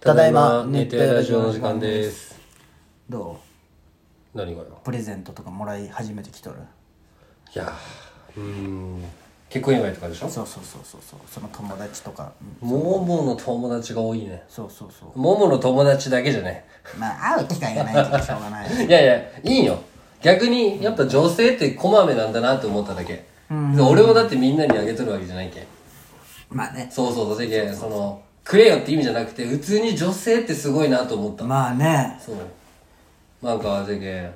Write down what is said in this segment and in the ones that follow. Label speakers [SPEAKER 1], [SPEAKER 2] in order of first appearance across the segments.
[SPEAKER 1] ただいま熱帯ラジオの時間です
[SPEAKER 2] ど
[SPEAKER 1] 何がよ
[SPEAKER 2] うプレゼントとかもらい始めてきとる
[SPEAKER 1] いやーうーん結婚祝いとかでしょ
[SPEAKER 2] そうそうそうそうそうその友達とかうん
[SPEAKER 1] モモの友達が多いね
[SPEAKER 2] そうそうそ
[SPEAKER 1] モモの友達だけじゃね
[SPEAKER 2] うまあ会う機会がないからしょうがない
[SPEAKER 1] いやいやいいよ逆にやっぱ女性ってこまめなんだなって思っただけ、俺もだってみんなにあげとるわけじゃないけん
[SPEAKER 2] まあね
[SPEAKER 1] そうそうそうけんそのくれよって意味じゃなくて普通に女性ってすごいなと思った
[SPEAKER 2] まあね
[SPEAKER 1] そうなんかじゃけん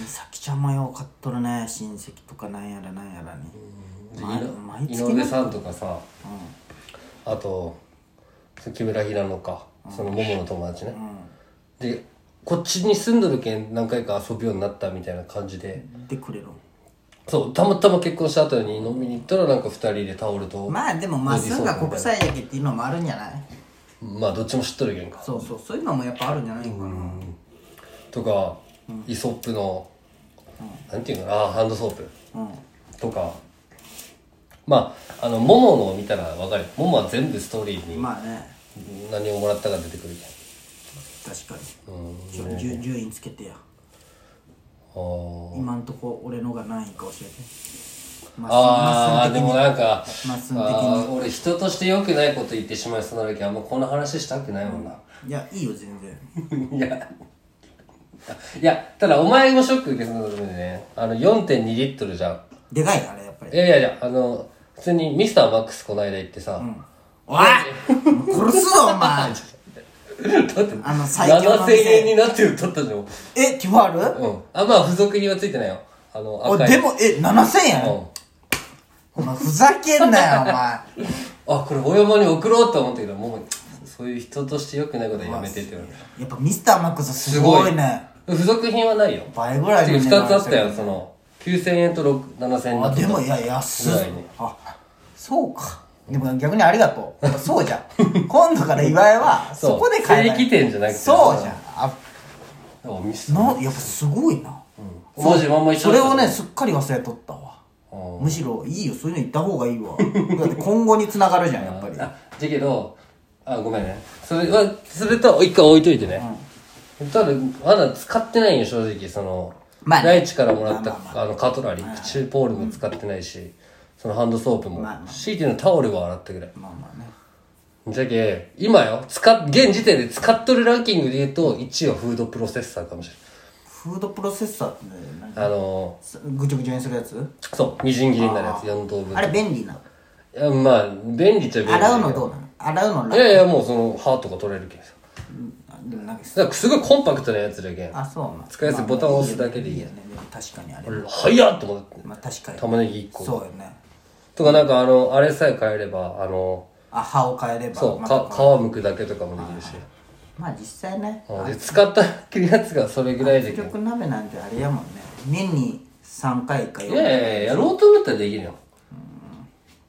[SPEAKER 2] 美咲ちゃんもよう買っとるね親戚とかなんやらなんやらにま毎
[SPEAKER 1] 井
[SPEAKER 2] 月
[SPEAKER 1] 上さんとかさ、あと木村平乃かその桃の友達ね、でこっちに住んどるけん何回か遊ぶようになったみたいな感じで、
[SPEAKER 2] でくれろ
[SPEAKER 1] そうたまたま結婚した後に飲みに行ったらなんか2人でタオルと
[SPEAKER 2] まあでもまっすぐが国際やけっていうのもあるんじゃない
[SPEAKER 1] まあどっちも知っとるけんか
[SPEAKER 2] そうそうそういうのもやっぱあるんじゃないかな
[SPEAKER 1] とか、イソップの、なんていうのかなあーハンドソープ
[SPEAKER 2] うん
[SPEAKER 1] とかまああの桃のを見たらわかる桃は全部ストーリーに
[SPEAKER 2] まあね
[SPEAKER 1] 何をもらったか出てくるけん
[SPEAKER 2] 確かに
[SPEAKER 1] うん
[SPEAKER 2] ちょじゅ順位つけてや
[SPEAKER 1] あー
[SPEAKER 2] 今んとこ俺のが何位か教えてま
[SPEAKER 1] あーでもなん
[SPEAKER 2] か
[SPEAKER 1] か
[SPEAKER 2] まっすぐ的に
[SPEAKER 1] あー俺人として良くないこと言ってしまいそうなるけどあんまこの話したくないもんな、
[SPEAKER 2] いやいいよ 全然
[SPEAKER 1] いやいやただお前もショック受けそうなとこでねあの4.2リットルじゃん
[SPEAKER 2] でかいなあれやっぱり
[SPEAKER 1] いやいやいやあの普通にミスターマックスこの間行ってさ、
[SPEAKER 2] おい殺すぞお前
[SPEAKER 1] だって
[SPEAKER 2] あの最強
[SPEAKER 1] 7000
[SPEAKER 2] の店
[SPEAKER 1] 円になって歌ったじゃんうん
[SPEAKER 2] えティファール
[SPEAKER 1] あまあ付属にはついてないよあの
[SPEAKER 2] お
[SPEAKER 1] 赤い
[SPEAKER 2] でもえ7000
[SPEAKER 1] う
[SPEAKER 2] 円
[SPEAKER 1] ん
[SPEAKER 2] お前ふざけんなよお 前
[SPEAKER 1] あこれお山に送ろうと思ったけどもうそういう人として良くないことはやめてって言われた
[SPEAKER 2] やっぱミスターマックスすごいね
[SPEAKER 1] 付属品はないよ
[SPEAKER 2] 倍ぐらいの
[SPEAKER 1] 2
[SPEAKER 2] 値
[SPEAKER 1] つ
[SPEAKER 2] 段
[SPEAKER 1] あったよその9000円と6 7000円だ
[SPEAKER 2] あ
[SPEAKER 1] った
[SPEAKER 2] でもいや安い
[SPEAKER 1] ぐらいね
[SPEAKER 2] あそうかでも逆にありがと うやっぱそうじゃん今度から岩井は
[SPEAKER 1] そう
[SPEAKER 2] そこで買えない
[SPEAKER 1] 正規店じゃなくて
[SPEAKER 2] そうじゃんあ
[SPEAKER 1] お店
[SPEAKER 2] なやっぱすごいな、
[SPEAKER 1] 文字まんま一緒
[SPEAKER 2] そ
[SPEAKER 1] だ
[SPEAKER 2] れ
[SPEAKER 1] った
[SPEAKER 2] をねすっかり忘れとったわ
[SPEAKER 1] うん
[SPEAKER 2] むしろいいよそういうの言った方がいいわだって今後につながるじゃんやっぱり
[SPEAKER 1] あじゃけどあごめんねそれはそれと一回置いといてね、ただまだ使ってないよ正直その、
[SPEAKER 2] まあね
[SPEAKER 1] 大地からもらった、あのカトラリー、プチポールも使ってないし、そのハンドソープも、
[SPEAKER 2] まあまあ
[SPEAKER 1] 強いてるのはタオルは洗ったぐらい
[SPEAKER 2] まあまあね
[SPEAKER 1] じゃけ今よ使っ現時点で使っとるランキングで言うと1位はフードプロセッサーかもしれ
[SPEAKER 2] フードプロセッサーって何
[SPEAKER 1] ないあの
[SPEAKER 2] ぐちょぐちょにするやつ
[SPEAKER 1] そうみじん切りになるやつ4等分
[SPEAKER 2] あれ便利ない
[SPEAKER 1] やまあ便利っちゃ便利だけど
[SPEAKER 2] 洗うのどうなの洗うの
[SPEAKER 1] い
[SPEAKER 2] 楽
[SPEAKER 1] やいやもうその歯とか取れるけんさ
[SPEAKER 2] でもなんか
[SPEAKER 1] だからすごいコンパクトなやつだけん
[SPEAKER 2] あそうな
[SPEAKER 1] 使いやすいボタンを押すだけでいいや
[SPEAKER 2] ねでも確かにあれ
[SPEAKER 1] 早っと思って
[SPEAKER 2] まあ確かに
[SPEAKER 1] 玉ねぎ1個
[SPEAKER 2] そうよね
[SPEAKER 1] とかなんかあのあれさえ変えればあの
[SPEAKER 2] あ歯を変えれば
[SPEAKER 1] そう
[SPEAKER 2] まあ
[SPEAKER 1] か皮むくだけとかもできるし
[SPEAKER 2] まあ実際ね
[SPEAKER 1] うんで使ったやつがそれぐらいで
[SPEAKER 2] 結
[SPEAKER 1] けん
[SPEAKER 2] 局鍋なんてあれやもんね年に3回か
[SPEAKER 1] い
[SPEAKER 2] よ
[SPEAKER 1] やいやいややろうと思ったらできるよ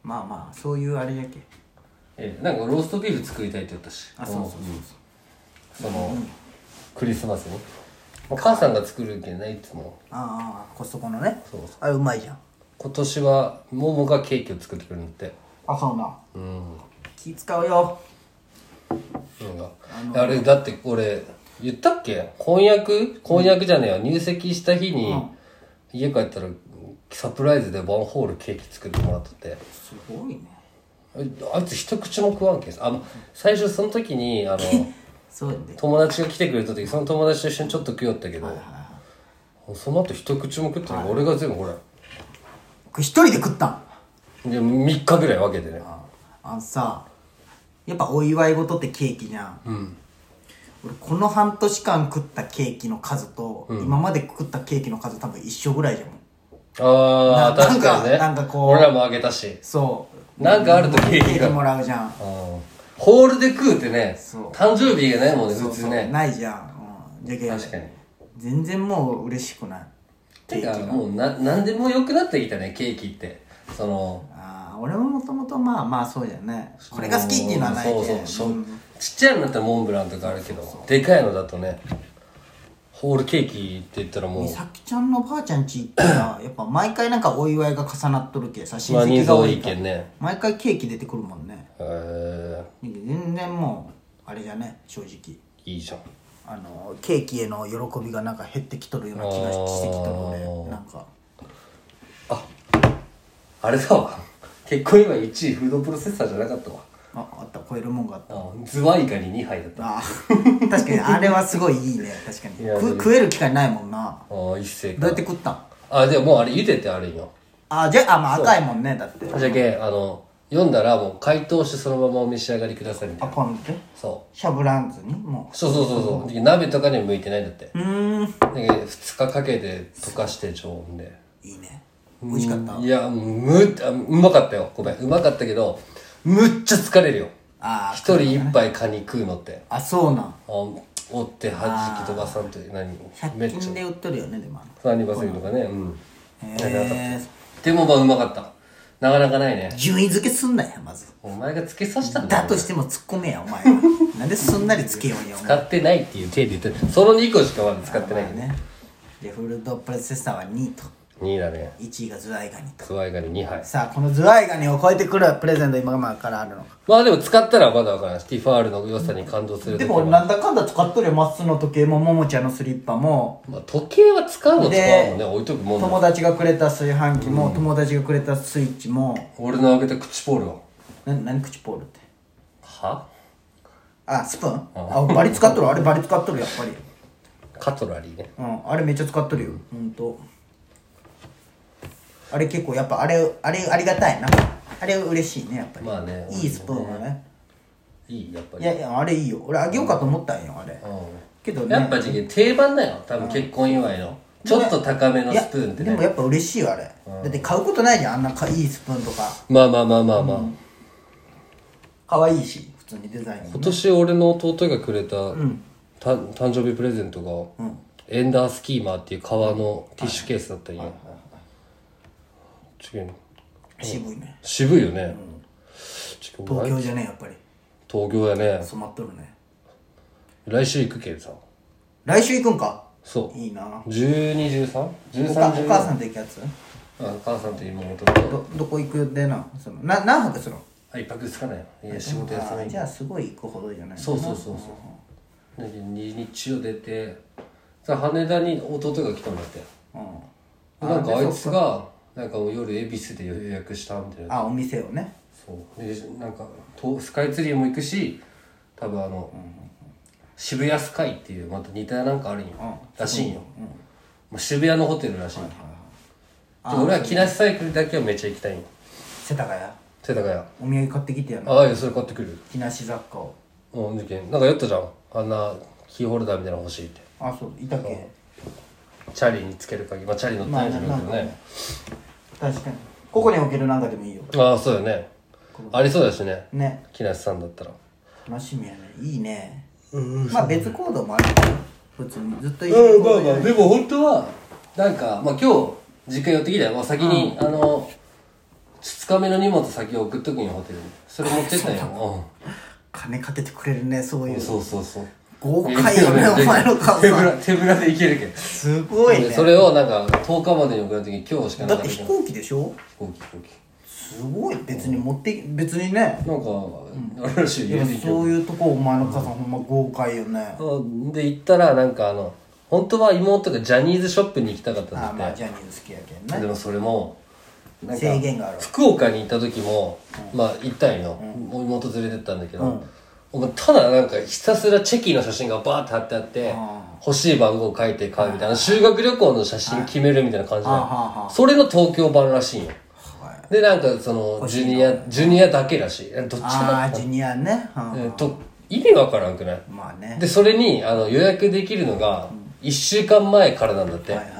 [SPEAKER 2] まあまあそういうあれやけ
[SPEAKER 1] ええなんかローストビーフ作りたいって言ったし
[SPEAKER 2] あそうそうそう
[SPEAKER 1] そのクリスマスにお母さんが作るけんねいつも
[SPEAKER 2] ああコストコのね
[SPEAKER 1] そう
[SPEAKER 2] あれうまいじゃん
[SPEAKER 1] 今年はももがケーキを作ってくれるんだって
[SPEAKER 2] あそうな
[SPEAKER 1] うん
[SPEAKER 2] 気使うよ
[SPEAKER 1] なんかあれだって俺言ったっけ婚約婚約じゃねえよ、入籍した日に家帰ったらサプライズでワンホールケーキ作ってもらっとって
[SPEAKER 2] すごいね
[SPEAKER 1] えあいつ一口も食わんけんさあの最初その時に あの
[SPEAKER 2] そうやで
[SPEAKER 1] 友達が来てくれた時その友達と一緒にちょっと食いよったけどその後一口も食ったのに俺が全部これ
[SPEAKER 2] これ一人で食ったん
[SPEAKER 1] で3日ぐらい分けてね
[SPEAKER 2] あのさやっぱお祝い事ってケーキじゃん、俺この半年間食ったケーキの数と、今まで食ったケーキの数多分一緒ぐらいじゃん
[SPEAKER 1] ああ
[SPEAKER 2] な
[SPEAKER 1] 確かにね
[SPEAKER 2] なんかなんかこう
[SPEAKER 1] 俺らもあげたし
[SPEAKER 2] そう
[SPEAKER 1] なんかあるとケーキが
[SPEAKER 2] ケーキもらうじゃん
[SPEAKER 1] うんホールで食うってね
[SPEAKER 2] そう
[SPEAKER 1] 誕生日がないもんね
[SPEAKER 2] そ
[SPEAKER 1] 普
[SPEAKER 2] う
[SPEAKER 1] 通
[SPEAKER 2] そう
[SPEAKER 1] ね
[SPEAKER 2] ないじゃん、うん、じゃけ
[SPEAKER 1] 確かに
[SPEAKER 2] 全然もう嬉しくない
[SPEAKER 1] てかもうな何でも良くなってきたねケーキってその
[SPEAKER 2] ああ俺ももともとまあまあそうじゃねこれが好きっていうのはないけ
[SPEAKER 1] そ
[SPEAKER 2] ど
[SPEAKER 1] うそうしょちっちゃいのだったらモンブランとかあるけどでかいのだとねホールケーキって言ったらもう
[SPEAKER 2] さきちゃんのばあちゃんち行ったらやっぱ毎回なんかお祝いが重なっとるけさ親
[SPEAKER 1] まあ
[SPEAKER 2] 戚
[SPEAKER 1] 人数
[SPEAKER 2] が
[SPEAKER 1] 多
[SPEAKER 2] 多い
[SPEAKER 1] い
[SPEAKER 2] か
[SPEAKER 1] け
[SPEAKER 2] ら
[SPEAKER 1] んね
[SPEAKER 2] 毎回ケーキ出てくるもんね
[SPEAKER 1] へえ
[SPEAKER 2] 全然もうあれじゃね正直
[SPEAKER 1] いいじゃん
[SPEAKER 2] あのケーキへの喜びがなんか減ってきとるような気がしてきとる
[SPEAKER 1] あー
[SPEAKER 2] 俺なんか
[SPEAKER 1] あれだわ結婚今1位フードプロセッサーじゃなかったわ
[SPEAKER 2] ああった超えるもんがあった
[SPEAKER 1] あズワイガニ2杯だったあ
[SPEAKER 2] あー 確かにあれはすごいいいね確かに
[SPEAKER 1] いや
[SPEAKER 2] 食食える機会ないもんな
[SPEAKER 1] あ一斉
[SPEAKER 2] どう
[SPEAKER 1] か
[SPEAKER 2] やって食ったん
[SPEAKER 1] あでももうあれ茹でてあるよ
[SPEAKER 2] あじゃああまあ赤いもんねだって
[SPEAKER 1] じゃけあの読んだらもう解凍してそのままお召し上がりくださいみた
[SPEAKER 2] あ
[SPEAKER 1] いな
[SPEAKER 2] こう見て
[SPEAKER 1] そ
[SPEAKER 2] しゃぶらんずにも
[SPEAKER 1] うそうそうそうそうで鍋とかには向いてないんだって
[SPEAKER 2] ううーん
[SPEAKER 1] だけど2日かけて溶かして常温で
[SPEAKER 2] いいね美味しかった
[SPEAKER 1] いやむあうまかったよごめんうまかったけどむっちゃ疲れるよ
[SPEAKER 2] あ
[SPEAKER 1] 一
[SPEAKER 2] ー
[SPEAKER 1] 人一杯カニ食うのって
[SPEAKER 2] あそうなん
[SPEAKER 1] あ折って弾き飛ばさんと何めっ
[SPEAKER 2] 100
[SPEAKER 1] ち
[SPEAKER 2] 均
[SPEAKER 1] ゃ
[SPEAKER 2] で売っとるよねでも
[SPEAKER 1] 何バスとかねうん
[SPEAKER 2] へえ
[SPEAKER 1] でもまあうまかったなかなかないね
[SPEAKER 2] 順位付けすんなよまず
[SPEAKER 1] お前がつけさせたんだ
[SPEAKER 2] だ
[SPEAKER 1] よ
[SPEAKER 2] としても突っ込めやお前 はなんですんなりつけようよお
[SPEAKER 1] 使
[SPEAKER 2] 前
[SPEAKER 1] ってないっていう手で言ってその2個しかまだ使ってないよね
[SPEAKER 2] ねでフルドプロセッサーは2位と
[SPEAKER 1] 2だね
[SPEAKER 2] 1位がズワイガニと
[SPEAKER 1] ズワイガニ2杯
[SPEAKER 2] さあこのズワイガニを超えてくるプレゼント今からあるのか
[SPEAKER 1] まあでも使ったらまだわからないスティファールの良さに感動する
[SPEAKER 2] で
[SPEAKER 1] 時
[SPEAKER 2] も俺なんだかんだ使っとるよマッスンの時計もももちゃんのスリッパも
[SPEAKER 1] まあ、時計は使うの使
[SPEAKER 2] で
[SPEAKER 1] うのね置いとくもんだ
[SPEAKER 2] 友達がくれた炊飯器も友達がくれたスイッチも
[SPEAKER 1] 俺のあげた口ポールは
[SPEAKER 2] な何口ポールって
[SPEAKER 1] は
[SPEAKER 2] あスプーンあバリ使っとるあれバリ使っとるやっぱり
[SPEAKER 1] カトラリーね
[SPEAKER 2] うんあれめっちゃ使っとるよほんとあれ結構やっぱあれあれありがたいなあれ嬉しいねやっぱり
[SPEAKER 1] まあね
[SPEAKER 2] いいスプーンはね
[SPEAKER 1] いいやっぱ
[SPEAKER 2] い
[SPEAKER 1] り
[SPEAKER 2] やいやあれいいよ俺あげようかと思ったんよあれけど
[SPEAKER 1] うん
[SPEAKER 2] ね
[SPEAKER 1] やっぱ次定番だよ多分結婚祝いのちょっと高めの
[SPEAKER 2] いや
[SPEAKER 1] スプーンって
[SPEAKER 2] でもや
[SPEAKER 1] ね
[SPEAKER 2] っぱ嬉しいよあれだって買うことないじゃんあんなかいいスプーンとか
[SPEAKER 1] まあまあまあまあまあ、
[SPEAKER 2] 可愛いし普通にデザイン
[SPEAKER 1] 今年俺の弟がくれた,、た誕生日プレゼントが、エンダースキーマーっていう革のティッシュケースだったんよ、ちょっと
[SPEAKER 2] 渋いね
[SPEAKER 1] 渋いよね、ちょっと
[SPEAKER 2] 東
[SPEAKER 1] 東
[SPEAKER 2] 京じゃねやっぱり
[SPEAKER 1] 京東京やね
[SPEAKER 2] 染まっとるね
[SPEAKER 1] 来週行くけどさ
[SPEAKER 2] 来週行くんか
[SPEAKER 1] そう
[SPEAKER 2] いいな
[SPEAKER 1] 121313
[SPEAKER 2] おかお母さんと行くやつ
[SPEAKER 1] あ母さんと妹と
[SPEAKER 2] どどこ行く予定なそのな何泊するの
[SPEAKER 1] あ一泊つかないよいや仕事休
[SPEAKER 2] あ
[SPEAKER 1] め
[SPEAKER 2] ー
[SPEAKER 1] ん
[SPEAKER 2] じゃあすごい行くほどじゃない
[SPEAKER 1] そうそうそうそうでに日曜出てさ羽田に弟が来たんだって
[SPEAKER 2] うん
[SPEAKER 1] でなんかあいつがなんかもう夜恵比寿で予約したみたいな
[SPEAKER 2] あお店をね
[SPEAKER 1] そうでなんかとスカイツリーも行くし多分あの、渋谷スカイっていうまた似たなんかあるんよ、らしいんよ、まあ、渋谷のホテルらしいんよ、で俺は木梨サイクルだけはめっちゃ行きたいんよ
[SPEAKER 2] 世田谷
[SPEAKER 1] 世田谷
[SPEAKER 2] お土産買ってきてやな
[SPEAKER 1] ああいやそれ買ってくる
[SPEAKER 2] 木梨雑貨を
[SPEAKER 1] うん事件なんかやったじゃんあんなキーホルダーみたいなの欲しいって
[SPEAKER 2] あそういたっけ
[SPEAKER 1] チャリにつける鍵まあチャリ乗って
[SPEAKER 2] ま
[SPEAKER 1] な
[SPEAKER 2] あ
[SPEAKER 1] いじ
[SPEAKER 2] な
[SPEAKER 1] ゃん
[SPEAKER 2] なん
[SPEAKER 1] け
[SPEAKER 2] か
[SPEAKER 1] どね
[SPEAKER 2] ね確かにここに置けるなんかでもいいよ
[SPEAKER 1] ああそうだよねありそうだしね
[SPEAKER 2] ね
[SPEAKER 1] 木梨さんだったら
[SPEAKER 2] 楽しみやねいいねまあ別行動もあるから普通にずっといる行動じゃない
[SPEAKER 1] でも本当はなんかまあ今日実家寄ってきたよ、まあ、先に、あの2日目の荷物先送っとくんよホテルにそれ持ってったんよ、
[SPEAKER 2] 金かけてくれるねそう
[SPEAKER 1] う
[SPEAKER 2] い
[SPEAKER 1] ん、
[SPEAKER 2] う
[SPEAKER 1] そうそうそう
[SPEAKER 2] 豪快よねお前の 母
[SPEAKER 1] 手ぶ
[SPEAKER 2] さ
[SPEAKER 1] ら
[SPEAKER 2] ん
[SPEAKER 1] 手ぶらでいけるけど
[SPEAKER 2] すごいね
[SPEAKER 1] それをなんか10日までに送るとき今日しかな
[SPEAKER 2] だっ
[SPEAKER 1] か
[SPEAKER 2] て
[SPEAKER 1] ったけ
[SPEAKER 2] 飛
[SPEAKER 1] ど
[SPEAKER 2] 行機でしょ
[SPEAKER 1] 飛行機飛行機
[SPEAKER 2] すごい別に持って別にね
[SPEAKER 1] なんか、あれらしい
[SPEAKER 2] いや
[SPEAKER 1] 郵便局
[SPEAKER 2] そういうとこお前の母さんほんま豪快よね
[SPEAKER 1] そうで行ったらなんかあの本当は妹がジャニーズショップに行きたかった
[SPEAKER 2] あ
[SPEAKER 1] ん
[SPEAKER 2] ま
[SPEAKER 1] だ
[SPEAKER 2] あ
[SPEAKER 1] っ
[SPEAKER 2] ジャニーズ好きやけん
[SPEAKER 1] てで
[SPEAKER 2] ね
[SPEAKER 1] もそれもなんか
[SPEAKER 2] 制限がある
[SPEAKER 1] 福岡に行った時も、まあ行ったんよ、もう妹連れてったんだけど、お前ただなんかひたすらチェキの写真がバーって貼ってあって欲しい番号書いて買うみたいな修学旅行の写真決めるみたいな感じで
[SPEAKER 2] あは
[SPEAKER 1] それの東京版らしいんよ
[SPEAKER 2] は
[SPEAKER 1] でなんかそのジュニアジュニアだけらしいどっちか
[SPEAKER 2] ああジュニアねうん
[SPEAKER 1] えっと意味わからんくない
[SPEAKER 2] まあね
[SPEAKER 1] でそれにあの予約できるのが1週間前からなんだって、
[SPEAKER 2] はいはいはい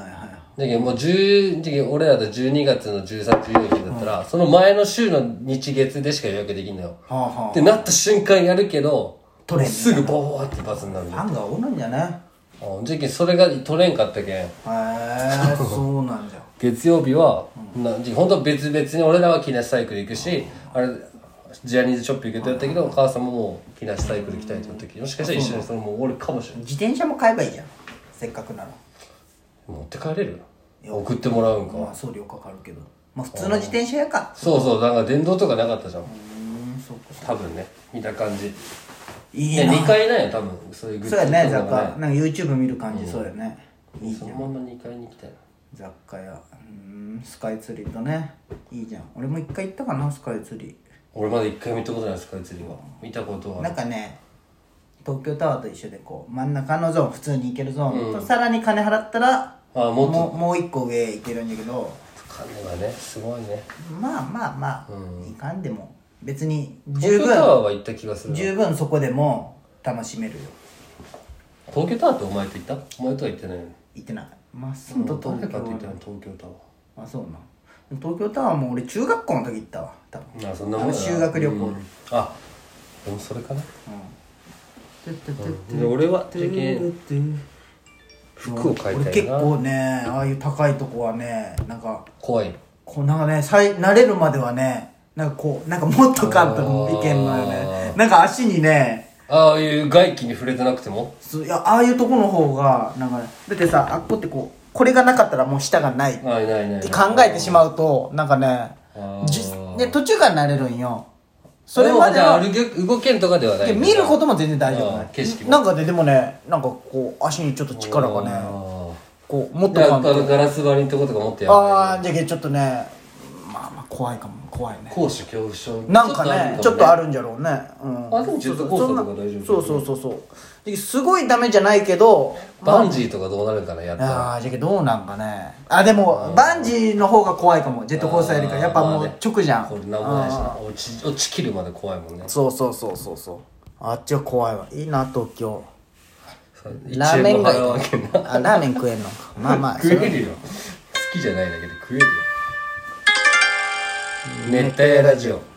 [SPEAKER 1] だけどもう10だけど俺らだと12月の13、14だったら、その前の週の日月でしか予約できんのよ、
[SPEAKER 2] はあは
[SPEAKER 1] ってなった瞬間やるけど
[SPEAKER 2] 取れん
[SPEAKER 1] すぐボワーってバズになる
[SPEAKER 2] あ
[SPEAKER 1] の
[SPEAKER 2] ファンがおるんじゃね
[SPEAKER 1] うんじゃけそれが取れんかったけん
[SPEAKER 2] へえそうなんじゃ
[SPEAKER 1] 月曜日は、なじゃけ本当は別々に俺らは木梨サイクル行くし、あれジャニーズショップ行くとやったけど、お母さんももう木梨サイクル行きたいって言った時もしかしたら一緒にそれもおるかもしれない
[SPEAKER 2] 自転車も買えばいいじゃんせっかくなら
[SPEAKER 1] 持って帰れる送ってもらうんか、
[SPEAKER 2] まあ送料かかるけどまあ普通の自転車やか
[SPEAKER 1] そうそうなんか電動とかなかったじゃん
[SPEAKER 2] うーんそうか
[SPEAKER 1] 多分ね見た感じ
[SPEAKER 2] いい
[SPEAKER 1] で
[SPEAKER 2] な
[SPEAKER 1] 2階なんや多分そういうグッズ
[SPEAKER 2] そうやね雑
[SPEAKER 1] とかが
[SPEAKER 2] 貨なんか YouTube 見る感じそうやねいいじ
[SPEAKER 1] そ
[SPEAKER 2] ゃ
[SPEAKER 1] の
[SPEAKER 2] ん
[SPEAKER 1] まま2階に来たよ
[SPEAKER 2] 雑貨屋うんスカイツリーとねいいじゃん俺も一回行ったかなスカイツリー
[SPEAKER 1] 俺まだ1回見たことないですかイツリーは見たことは
[SPEAKER 2] なんかね東京タワーと一緒でこう真ん中のゾーン普通に行けるゾーン、とさらに金払ったら
[SPEAKER 1] ああもっと
[SPEAKER 2] もうもう一個上行けるんだけど
[SPEAKER 1] 金がねすごいね
[SPEAKER 2] まあまあまあ、いかんでも別に
[SPEAKER 1] 東
[SPEAKER 2] 十
[SPEAKER 1] 京タワー
[SPEAKER 2] 分
[SPEAKER 1] は行った気がするな
[SPEAKER 2] 十分そこでも楽しめるよ
[SPEAKER 1] 東京タワーってお前と行ったお前とは行ってないよね
[SPEAKER 2] 行ってないまっすぐと
[SPEAKER 1] 誰
[SPEAKER 2] 東
[SPEAKER 1] かと行って
[SPEAKER 2] 京
[SPEAKER 1] ない東京タワ
[SPEAKER 2] あそうな東京タワーも俺中学校の時行ったわ多分
[SPEAKER 1] ーあそんなもん
[SPEAKER 2] あの
[SPEAKER 1] やな
[SPEAKER 2] 修学旅行
[SPEAKER 1] うんあでもそれかな
[SPEAKER 2] てってってって
[SPEAKER 1] で俺は
[SPEAKER 2] て
[SPEAKER 1] 最近
[SPEAKER 2] ってって
[SPEAKER 1] 服を買い
[SPEAKER 2] 俺
[SPEAKER 1] た
[SPEAKER 2] 結
[SPEAKER 1] いな
[SPEAKER 2] 構ねああいう高いとこはねなんか
[SPEAKER 1] 怖い
[SPEAKER 2] こうなんかねさい慣れるまではねなんかこうなんかもっとかといけんのよねなんか足にね
[SPEAKER 1] ああいう外気に触れてなくても
[SPEAKER 2] そういやああいうとこの方がなんかねだってさあっこってこうこれがなかったらもう舌がないって考
[SPEAKER 1] ないないない
[SPEAKER 2] えてしまうとなんかね
[SPEAKER 1] あー
[SPEAKER 2] じで途中から慣れるんよそれまで
[SPEAKER 1] でも
[SPEAKER 2] は
[SPEAKER 1] じゃあ歩け動けんとかではない
[SPEAKER 2] で見ることも全然大丈夫
[SPEAKER 1] あ
[SPEAKER 2] な
[SPEAKER 1] ー景色
[SPEAKER 2] い
[SPEAKER 1] も
[SPEAKER 2] なんかねでもねなんかこう足にちょっと力がね
[SPEAKER 1] あ
[SPEAKER 2] こうもっ
[SPEAKER 1] ーじ
[SPEAKER 2] と
[SPEAKER 1] ゃあ
[SPEAKER 2] 感
[SPEAKER 1] あの
[SPEAKER 2] じ
[SPEAKER 1] ガラス張りのとことか持ってやばい
[SPEAKER 2] ああじゃけちょっとねまあまあ怖いかも怖いね
[SPEAKER 1] 高所恐怖症
[SPEAKER 2] なんかねちょっとあ
[SPEAKER 1] る
[SPEAKER 2] るんじゃろうねうん
[SPEAKER 1] あでもジェットコースターとか大丈夫
[SPEAKER 2] そうそうそうそうですごいダメじゃないけど
[SPEAKER 1] バンジーとかどうなるかなやったら
[SPEAKER 2] ああじゃけどうなんかねあでもバンジーの方が怖いかもジェットコースターよりかやっぱも
[SPEAKER 1] あー
[SPEAKER 2] う
[SPEAKER 1] まあね
[SPEAKER 2] 直じゃん
[SPEAKER 1] これなんもないしな落ち落ちきるまで怖いもんね
[SPEAKER 2] そうそうそうそうそうあっちは怖いわいいな東京ラ
[SPEAKER 1] 一
[SPEAKER 2] ーメ
[SPEAKER 1] 円
[SPEAKER 2] ン
[SPEAKER 1] も
[SPEAKER 2] が
[SPEAKER 1] 払わんけんな
[SPEAKER 2] あラーメン食えんのかまあまあ
[SPEAKER 1] 食え
[SPEAKER 2] そ
[SPEAKER 1] るよ好きじゃないだけで食えるよ熱帯夜ラジオ